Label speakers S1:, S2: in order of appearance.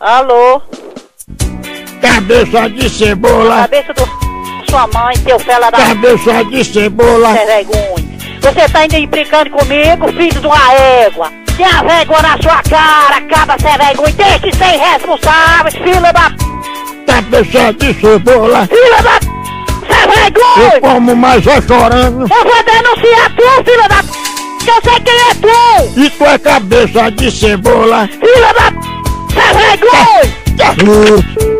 S1: Alô?
S2: Cabeça de cebola,
S1: Cabeça do sua mãe, seu fela da
S2: cabeça de cebola,
S1: vergonha. Você tá ainda aí brincando comigo, filho de uma égua. Tem a vergonha na sua cara, acaba sem vergonha. Deixe sem responsável, filha da p...
S2: cabeça de cebola.
S1: Filha da p... Sem
S2: Eu
S1: vergonha!
S2: como mais é chorando.
S1: Eu vou denunciar tu, filha da p... Que eu sei quem é tu!
S2: E tua cabeça de cebola.
S1: Filha da p... Sem vergonha!
S2: Tchau.